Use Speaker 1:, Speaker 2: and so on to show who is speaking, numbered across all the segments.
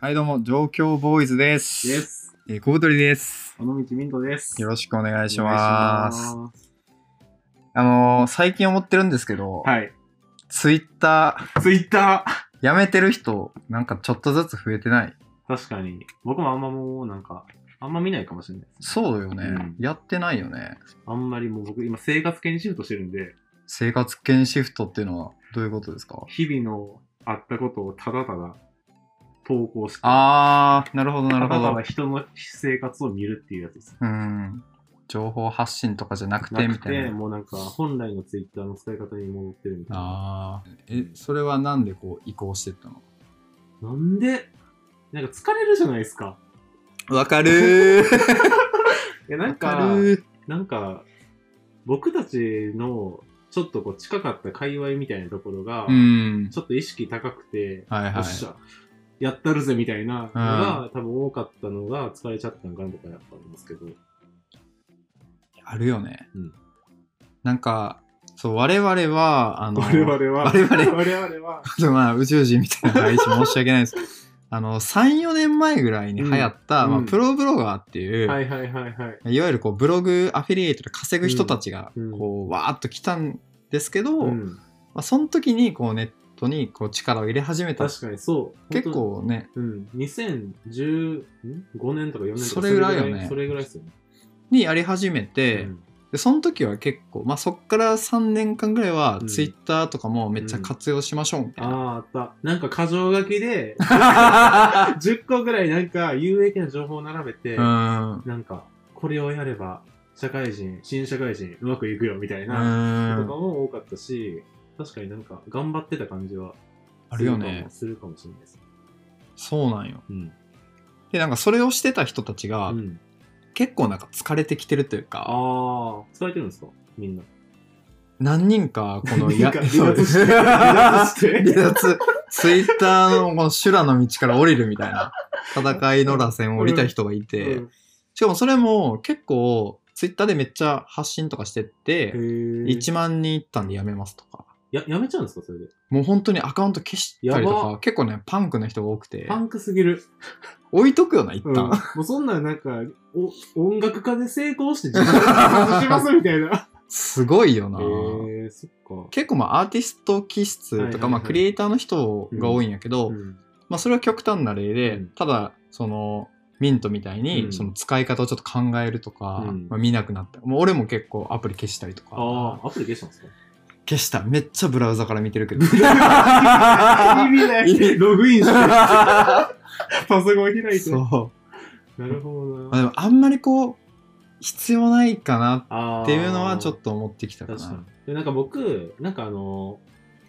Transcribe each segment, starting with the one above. Speaker 1: はい、どうも、状況ボーイズです。
Speaker 2: です。
Speaker 1: えー小太りです。
Speaker 2: 尾道ミントです。
Speaker 1: よ
Speaker 2: ろしく
Speaker 1: ろしくお願
Speaker 2: お
Speaker 1: いします。あのー最近思ってるんですけど、
Speaker 2: はい。
Speaker 1: ツイッタ
Speaker 2: ツイッター。
Speaker 1: ー、やめてる人、なんかちょっとずつ増えてない。
Speaker 2: 確かに。僕もあんまもうなんか、あんま見ないかもしれないです。
Speaker 1: そうよね。
Speaker 2: うん
Speaker 1: やってないよね。
Speaker 2: あんまりもう僕今生活系にシフトしてるんで、
Speaker 1: 生活圏シフトっていうのはどういうことですか
Speaker 2: 日々のあったことをただただ投稿して、
Speaker 1: あー、なるほど、なるほ
Speaker 2: ただた
Speaker 1: ど
Speaker 2: だ。人の生活を見るっていうやつです。
Speaker 1: うん。情報発信とかじゃなくて、
Speaker 2: な
Speaker 1: み
Speaker 2: く
Speaker 1: たい
Speaker 2: て、
Speaker 1: な。
Speaker 2: もうなんか本来のツイッターの使い方に戻ってるみたいな。
Speaker 1: あー。え、それはなんでこう移行してったの
Speaker 2: なんでなんか疲れるじゃないですか。
Speaker 1: わかるー。
Speaker 2: いやな
Speaker 1: わ
Speaker 2: ん
Speaker 1: か
Speaker 2: か、
Speaker 1: るー。
Speaker 2: なんか、僕たちのちょっとこう近かった界隈みたいなところが、
Speaker 1: うん。
Speaker 2: ちょっと意識高くて、
Speaker 1: はい
Speaker 2: よ
Speaker 1: は
Speaker 2: っ
Speaker 1: い。
Speaker 2: しゃ、やったるぜみたいなのが、多分多かったのが疲れちゃったのかなとかやっぱありますけど。
Speaker 1: あるよね。
Speaker 2: うん
Speaker 1: なんか、そう、我々は、あの、
Speaker 2: 我々は、
Speaker 1: 我々
Speaker 2: 我々は、
Speaker 1: まあ、宇宙人みたいな配信申し訳ない です。あの、3、4年前ぐらいに流行った、
Speaker 2: うん
Speaker 1: まあ、
Speaker 2: うん
Speaker 1: プロブロガーっていう、、
Speaker 2: はいいはいはいはい。
Speaker 1: わゆるこう、ブログアフィリエイトで稼ぐ人たちが、
Speaker 2: うんうん
Speaker 1: こう、わーっと来たんですけど、
Speaker 2: う
Speaker 1: ま
Speaker 2: ん、
Speaker 1: あ、その時に、こう、ネットに、こう、力を入れ始めた。
Speaker 2: 確かにそう。
Speaker 1: 結
Speaker 2: 本
Speaker 1: 構ね、
Speaker 2: 当。うん、2015年とか4年とか
Speaker 1: それぐらいよね
Speaker 2: それぐらいですよね。
Speaker 1: にやり始めて、
Speaker 2: うん
Speaker 1: でその時は結構、まあ、そっから3年間ぐらいは、
Speaker 2: うん
Speaker 1: ツイッターとかもめっちゃ活用しましょう、みたい
Speaker 2: あ
Speaker 1: な。
Speaker 2: あ、あった。なんか過剰書 きで、10個ぐらいなんか有益な情報を並べて、
Speaker 1: うん。
Speaker 2: なんか、これをやれば、社会人、新社会人、うまくいくよ、みたいうな、とか
Speaker 1: ん。
Speaker 2: も多かったし、確かになんか、頑張ってた感じは、
Speaker 1: あるよね
Speaker 2: するかもするかもしれないです。
Speaker 1: そうなんよ。
Speaker 2: うん。
Speaker 1: で、なんかそれをしてた人たちが、
Speaker 2: うん、
Speaker 1: 結構なんか疲れてきてるという
Speaker 2: あ
Speaker 1: か、
Speaker 2: あ、疲れてるんですかみ んな。
Speaker 1: 何人か この、
Speaker 2: 何人か離脱して
Speaker 1: そうです
Speaker 2: 離脱して
Speaker 1: 離脱ツイッターのこの修羅の道から降りるみたいな、戦いの螺旋を降りた人がいて、
Speaker 2: うん
Speaker 1: しかもそれも結構、ツイッターでめっちゃ発信とかしてって、
Speaker 2: へえ。
Speaker 1: 1万人いったんでやめますとか、
Speaker 2: や、やめちゃうんですかそれで。
Speaker 1: もう本当にアカウント消したりと
Speaker 2: や
Speaker 1: か、結構ね、パンクな人が多くて
Speaker 2: パ、ンクすぎる。
Speaker 1: 置いとくよな、一
Speaker 2: うん。も
Speaker 1: 旦。
Speaker 2: うそんなんなんか、お、音楽家で成功して自分で楽しますみたい な。
Speaker 1: すごいよな。
Speaker 2: へえ、そっか。
Speaker 1: 結構まあアーティスト気質
Speaker 2: はい
Speaker 1: と
Speaker 2: はいは
Speaker 1: か
Speaker 2: い
Speaker 1: まあクリエイターの人が多いんやけど、
Speaker 2: うん
Speaker 1: まあそれは極端な例で、
Speaker 2: うん
Speaker 1: ただそのミントみたいうに
Speaker 2: ん
Speaker 1: その使い方をちょっと考えるとか、
Speaker 2: うん
Speaker 1: まあ、見なくなったもう俺も結構アプリ消したりと
Speaker 2: あ
Speaker 1: か
Speaker 2: あ、アプリ消したんですか
Speaker 1: 消しためっちゃブラウザから見てるけど
Speaker 2: 意味 な
Speaker 1: 意味
Speaker 2: い。ログインして、パソコン開いて。
Speaker 1: そ
Speaker 2: なるほど
Speaker 1: う、まあ、
Speaker 2: な。
Speaker 1: でもあんまりこう必要ないかな
Speaker 2: あ
Speaker 1: っていうのはちょっ
Speaker 2: と。
Speaker 1: と思ってきたか
Speaker 2: 確か
Speaker 1: な
Speaker 2: に。でなんか僕、なんかあの、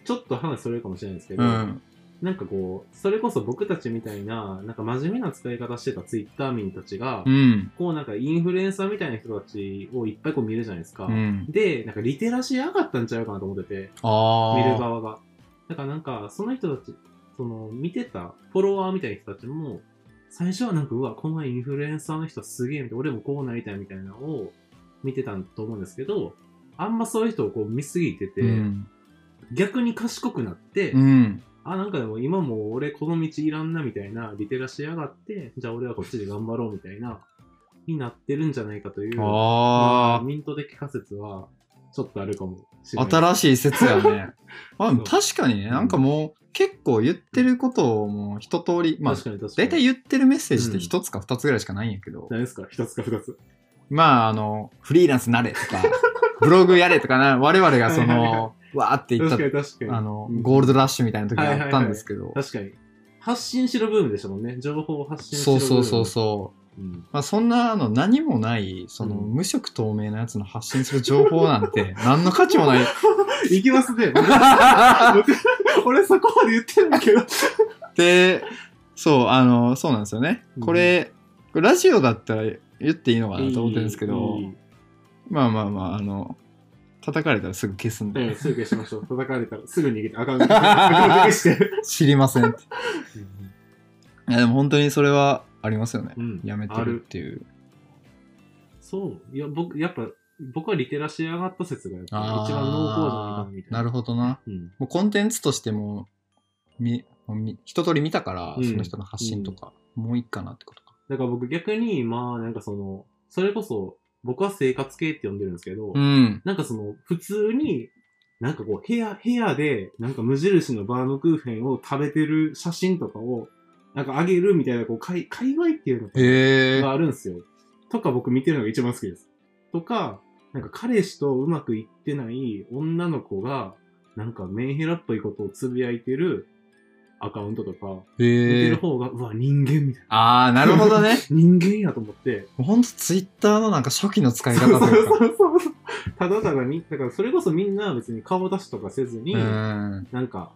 Speaker 2: ちょっと話それるかもしれないんですけど、
Speaker 1: うん
Speaker 2: なんかこう、それこそ僕たちみたいな、なんか真面目な使い方してたツイッター民たちが、
Speaker 1: うん
Speaker 2: こうなんかインフルエンサーみたいな人たちをいっぱいこう見るじゃないですか。
Speaker 1: うん
Speaker 2: で、なんかリテラシー上がったんちゃうかなと思ってて、見る
Speaker 1: ああ
Speaker 2: 側が。だからなんか、その人たち、その、見てたフォロワーみたいな人たちも、最初はなんか、うわ、このインフルエンサーの人すげえみたいな、俺もこうなりたいみたいなのを見てたと思うんですけど、あんまそういう人をこう見すぎてて、
Speaker 1: うん
Speaker 2: 逆に賢くなって、
Speaker 1: うん
Speaker 2: あ、なんかでも今もう俺この道いらんなみたいな、リテラシー上がって、じゃあ俺はこっちで頑張ろうみたいな、になってるんじゃないかという、
Speaker 1: ああ
Speaker 2: ミント的仮説は、ちょっとあるかもしれない。
Speaker 1: 新しい説や ね。まあ、
Speaker 2: そう
Speaker 1: 確かにね、
Speaker 2: うん
Speaker 1: なんかもう結構言ってることをもう一通り、まあ、
Speaker 2: 確かに確かに。
Speaker 1: 大体言ってるメッセージって
Speaker 2: うん
Speaker 1: 一つか二つぐらいしかないんやけど、
Speaker 2: 何ですか一つか二つ。
Speaker 1: まあ、あの、フリーランスなれとか、 ブログやれとかな、我々がそ
Speaker 2: はいはい
Speaker 1: の、わーって言っ
Speaker 2: 確
Speaker 1: た
Speaker 2: か、に確かに。
Speaker 1: あの
Speaker 2: う、ん
Speaker 1: ゴールドラッシュみたいな時があったんですけど、
Speaker 2: 確かに。発信しろブームでしたもんね。情報を発信し
Speaker 1: そ
Speaker 2: ろ
Speaker 1: う
Speaker 2: ブーム。
Speaker 1: そうそうそう。
Speaker 2: うん。
Speaker 1: まあ、そんなあの何もない、その、
Speaker 2: うん
Speaker 1: 無色透明なやつの発信する情報なんて、何の価値もない。
Speaker 2: いきますね。僕俺そこまで言ってるんだけど。
Speaker 1: で、そう、あの、そうなんですよね。これ、これラジオだったら言っていいのかなと思ってるんですけど、
Speaker 2: いいいい
Speaker 1: まあまあまあ、あの、叩かれたらすぐ消すん
Speaker 2: ええ
Speaker 1: で、
Speaker 2: すぐ消しましょう。叩かれたらすぐ逃げて、アカウント消して。
Speaker 1: 知りませんって。いや、でも本当にそれはありますよね。
Speaker 2: うん
Speaker 1: やめてるっていう。
Speaker 2: そう。いや、僕、やっぱ、僕はリテラシー上がった説がやっぱ
Speaker 1: あー
Speaker 2: 一番濃厚じゃないかな、みたいな。
Speaker 1: なる
Speaker 2: ほ
Speaker 1: ほどな。
Speaker 2: ど。うん。
Speaker 1: もうコンテンツとしても、みもうみ一通り見たから、
Speaker 2: うん
Speaker 1: その人の発信とか、もういいかなってことか。
Speaker 2: だから僕逆に、まあなんかその、それこそ、僕は生活系って呼んでるんですけど、
Speaker 1: うん。
Speaker 2: なんかその、普通に、なんかこう、部屋、部屋で、なんか無印のバームクーヘンを食べてる写真とかを、なんかあげるみたいな、こう、界界隈っていうのかな
Speaker 1: へえ
Speaker 2: があるんですよ。とか僕見てるのが一番好きです。とか、なんか彼氏とうまくいってない女の子が、なんかメンヘラっぽいことをつぶやいてるアカウントとか、見
Speaker 1: へ
Speaker 2: て
Speaker 1: え
Speaker 2: る方が、うわ、人間みたいな。
Speaker 1: ああ、なるほどね。
Speaker 2: 人間やと思って。
Speaker 1: ほんとツイッターのなんか初期の使い
Speaker 2: そう
Speaker 1: 方と
Speaker 2: そ
Speaker 1: いう
Speaker 2: う
Speaker 1: か。
Speaker 2: そうそう。ただただに、だからそれこそみんな別に顔出しとかせずに、
Speaker 1: うん。
Speaker 2: なんか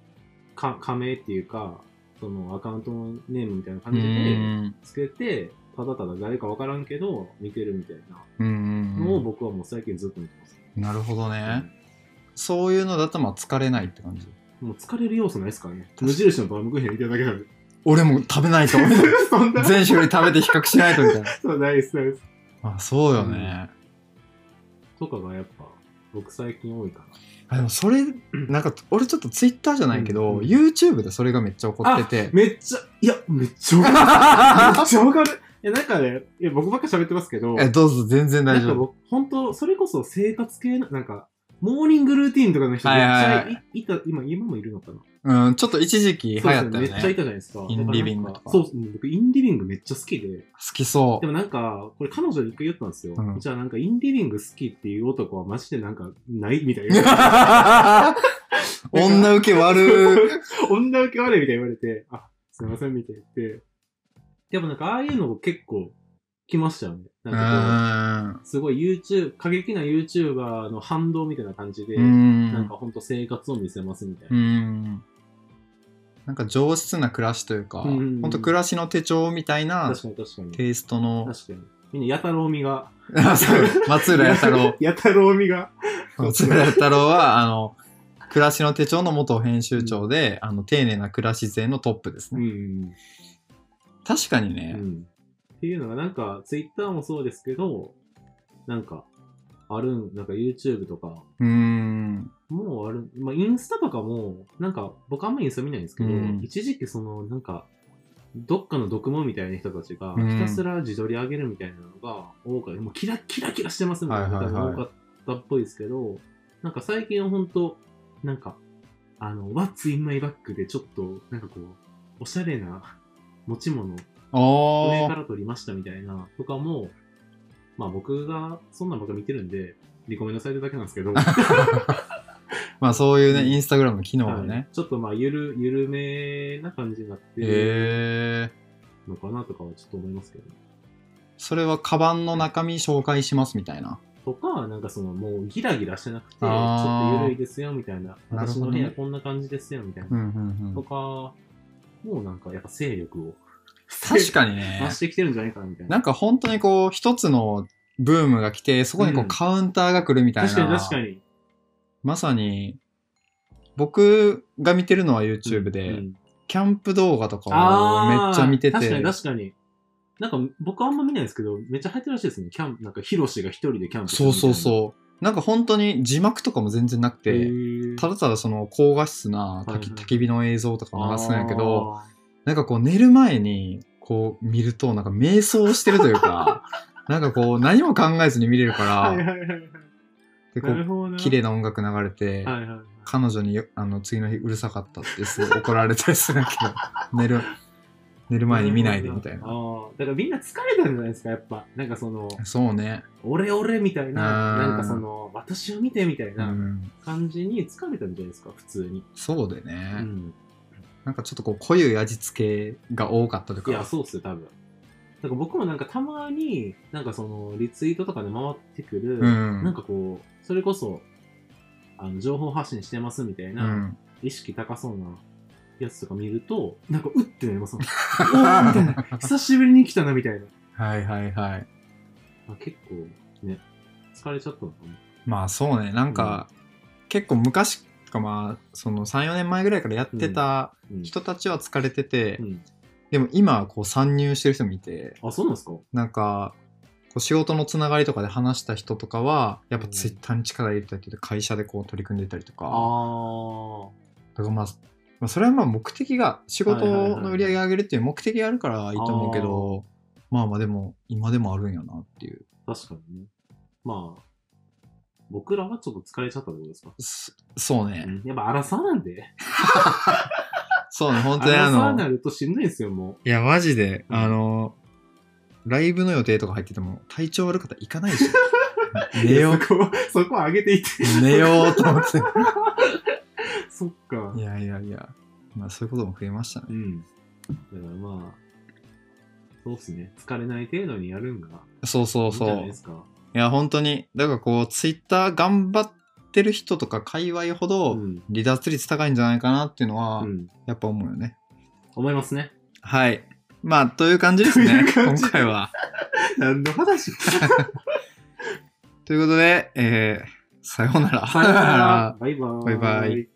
Speaker 2: か、仮名っていうか、そのアカウントのネームみたいな
Speaker 1: う
Speaker 2: 感じで
Speaker 1: ん。
Speaker 2: つけて、ただただ誰かわからんけど、見てるみたいな
Speaker 1: うん
Speaker 2: の
Speaker 1: う
Speaker 2: を
Speaker 1: ん。
Speaker 2: 僕はもう最近ずっと見てます。
Speaker 1: なるほどね。そういうのだとまあ疲れないって感じ。
Speaker 2: もう疲れる要素ないですからね。
Speaker 1: かに
Speaker 2: 無印のバームクーヘン見てるだけなんで。
Speaker 1: 俺も食べないと。
Speaker 2: そんな
Speaker 1: 全種類食べて比較しないとみたいな。
Speaker 2: そうないです、ないです。
Speaker 1: あ、そうよね。
Speaker 2: とかがやっぱ、僕最近多いか
Speaker 1: あでもそれ、なんか俺ちょっとツイッターじゃないけど、
Speaker 2: うん
Speaker 1: YouTube でそれがめっちゃ起こ
Speaker 2: な。
Speaker 1: ってて
Speaker 2: あ。めっちゃ、いや、めっちゃわかる。めっちゃわかる。いや、なんかね、いや、僕ばっか喋ってますけど、
Speaker 1: え、どうぞ全然
Speaker 2: な
Speaker 1: 大
Speaker 2: んか
Speaker 1: 丈夫。
Speaker 2: 僕、本当それこそ生活系の、なんか、モーニングルーティーンとかの人めっ
Speaker 1: は
Speaker 2: ち
Speaker 1: い
Speaker 2: ゃ
Speaker 1: はいはい
Speaker 2: いいた、今、今もいるのかな
Speaker 1: うん、ちょっと一時期流行ったよ
Speaker 2: そうですねめっちゃい
Speaker 1: ね。
Speaker 2: たじゃないですか。
Speaker 1: インリビングとか
Speaker 2: だらなんそう、もう僕、インリビングめっちゃ好きで、
Speaker 1: 好きそ
Speaker 2: でもなんか、これ彼女に一回言ったんですよ。
Speaker 1: うん。
Speaker 2: じゃあなんか、インリビング好きっていう男はマジでなんか、ないみたいう な。
Speaker 1: 女受け悪い。
Speaker 2: 女受け悪いみたいに言われて、あ、すいませんみたいに言って。でもなんか、ああいうの結構来ましたよね。
Speaker 1: う
Speaker 2: なんか
Speaker 1: ん
Speaker 2: こう、。すごい YouTube、過激な YouTuber の反動みたいな感じで、
Speaker 1: う
Speaker 2: なんか
Speaker 1: ん。
Speaker 2: ほんと生活を見せますみたいな。
Speaker 1: うん。なんか上質な暮らしというか、
Speaker 2: う
Speaker 1: ほ
Speaker 2: ん
Speaker 1: んと暮らしの手帳みたいな
Speaker 2: 確かに確かに。
Speaker 1: テイストの、
Speaker 2: 確かに。みんな、やたろうみが。
Speaker 1: あそう 松浦弥太郎。
Speaker 2: やたろうみが。
Speaker 1: 松浦弥太郎は、あの、暮らしの手帳の元編集長で、あの、丁寧な暮らし勢のトップです
Speaker 2: う
Speaker 1: ね。
Speaker 2: ん。
Speaker 1: 確かに
Speaker 2: う
Speaker 1: ね、
Speaker 2: ん。っていうのが、なんか、ツイッターもそうですけど、なんか、あるん、なんか YouTube とか、
Speaker 1: うん。
Speaker 2: もうある、まあ、インスタとかも、なんか、僕あんまりインスタ見ないんですけど、
Speaker 1: うん
Speaker 2: 一時期その、なんか、どっかの毒もみたいな人たちが、
Speaker 1: うん
Speaker 2: ひたすら自撮り上げるみたいなのが多かった。もうキラッキラキラしてますみたいな
Speaker 1: はいはい
Speaker 2: のが
Speaker 1: はい
Speaker 2: 多かったっぽいですけど、なんか最近はほんと、なんか、あの、What's in my bag でちょっと、なんかこう、おしゃれな持ち物、上
Speaker 1: あ
Speaker 2: か
Speaker 1: あ。
Speaker 2: ら撮りましたみたいなとかも、まあ僕が、そんなんばっか見てるんで、リコメンドされてるだけなんです けど、
Speaker 1: まあそういうね、
Speaker 2: うん
Speaker 1: インスタグラムの機能が
Speaker 2: は
Speaker 1: ね
Speaker 2: い。ちょっとまあゆる緩めな感じになってる
Speaker 1: へえ。
Speaker 2: のかなとかはちょっと思いますけど、
Speaker 1: それは、カバンの中身紹介しますみたいな。
Speaker 2: とかなんかそのもうギラギラしてなくてちょ
Speaker 1: あー
Speaker 2: っと緩いですよみたいな
Speaker 1: なる
Speaker 2: 私
Speaker 1: ほ
Speaker 2: の
Speaker 1: ど
Speaker 2: 部
Speaker 1: ね
Speaker 2: 屋こんな感じですよみたいな、
Speaker 1: うんうんう
Speaker 2: と
Speaker 1: ん。
Speaker 2: かもうなんかやっぱ勢力を
Speaker 1: 確かに
Speaker 2: 増
Speaker 1: ね
Speaker 2: し。てきてるんじゃないかなみたいな
Speaker 1: なんか本当にこう、一つのブームが来て、そこにこ
Speaker 2: う
Speaker 1: うんカウンターが来るみたいな。
Speaker 2: 確かに確かに
Speaker 1: まさに、僕が見てるのは YouTube で、
Speaker 2: うん
Speaker 1: キャンプ動画とかを
Speaker 2: あー
Speaker 1: めっちゃ見てて、
Speaker 2: 確かに確かになんか僕あんま見ないんですけどめっちゃ流行ってるらしいですねキャンプなんかヒロシが一人でキャンプ
Speaker 1: そうそう
Speaker 2: う
Speaker 1: そう。なんか本当に字幕とかも全然なくて、ただただその高画質な焚き
Speaker 2: はいはい
Speaker 1: 焚き火の映像とか流すんやけど、
Speaker 2: あー
Speaker 1: なんかこう寝る前にこう見るとなんか瞑想してるという か、なんかこう何も考えずに見れるから、
Speaker 2: はいはいはいはい
Speaker 1: でこ
Speaker 2: なる
Speaker 1: う
Speaker 2: ほどな
Speaker 1: 綺麗な音楽流れて、
Speaker 2: はいはいはい。
Speaker 1: 彼女によあの次の日うるさかったってすごい怒られたりするんやけど 寝る寝る前に見ないでみたい
Speaker 2: あ
Speaker 1: な
Speaker 2: ーだからみんな疲れたんじゃないですか、やっぱ。なんかその、
Speaker 1: そうね
Speaker 2: 俺俺みたいな、
Speaker 1: あー
Speaker 2: なんかその、私を見てみたいうなん感じに疲れたんじゃないですか、普通に。
Speaker 1: そうでね、
Speaker 2: うん。
Speaker 1: なんかちょっとこう濃い味付けが多かったと
Speaker 2: いや、
Speaker 1: か
Speaker 2: そうっすよ、多分。なんか僕もなんかたまに、なんかその、リツイートとかで回ってくる、
Speaker 1: うん
Speaker 2: なんかこう、それこそ、あの、情報発信してますみたいうな、
Speaker 1: ん、
Speaker 2: 意識高そうなやつとか見ると、なんかうってなりますもん おーみたいな。久しぶりに来たな、みたいな。
Speaker 1: はいはいはい
Speaker 2: あ結構ね、疲れちゃったのかな。
Speaker 1: まあそうねなんか、結構昔とかまあその34年前ぐらいからやってた
Speaker 2: うん
Speaker 1: 人たちは疲れてて、
Speaker 2: うん、
Speaker 1: でも今はこう参入してる人もいて
Speaker 2: あ、そうなんですか
Speaker 1: なんかこう仕事のつながりとかで話した人とかはやっぱ
Speaker 2: うん
Speaker 1: ツイッターに力入れたりとか会社でこう取り組んでたりとか
Speaker 2: あ
Speaker 1: だからまあまあ、それはまあ目的が、仕事
Speaker 2: はいはいはいは
Speaker 1: の
Speaker 2: い
Speaker 1: 売り上げ上げるっていう目的があるからいいと思うけど、まあまあでも、今でもあるんやなっていう。
Speaker 2: 確かにね。まあ、僕らはちょっと疲れちゃったってことですか。
Speaker 1: そそうね。
Speaker 2: うんやっぱ荒さなんで。
Speaker 1: そうね、本当にあ
Speaker 2: 荒さにな
Speaker 1: の、
Speaker 2: るとしんどいんですよ、も
Speaker 1: いや、マジで、
Speaker 2: うん
Speaker 1: あの、ライブの予定とか入ってても、体調悪かったら行かない し。
Speaker 2: う。
Speaker 1: 寝よう
Speaker 2: そ、こ、そこ上げてい って。
Speaker 1: 寝ようと思って。
Speaker 2: そっか
Speaker 1: い。やいやいや、まあそういうことも増えました
Speaker 2: う
Speaker 1: ね。
Speaker 2: ん。だからまあ、そうっすね。疲れない程度にやるんが、
Speaker 1: そうそうそ
Speaker 2: いいんじゃないうで。すか。
Speaker 1: いや、本当に。だからこう、ツイッター頑張ってる人とか界隈ほど、
Speaker 2: うん。
Speaker 1: 離脱率高いんじゃないかなっていうのは、
Speaker 2: うん。
Speaker 1: やっぱ思うよね。
Speaker 2: 思いま すね。
Speaker 1: はい。まあ、という感じです
Speaker 2: と
Speaker 1: ね。
Speaker 2: いう感
Speaker 1: 今
Speaker 2: じ
Speaker 1: 回は。
Speaker 2: 何の話
Speaker 1: ということで、えー、さようなら。
Speaker 2: さよなら。バイバーイ。
Speaker 1: バイバイ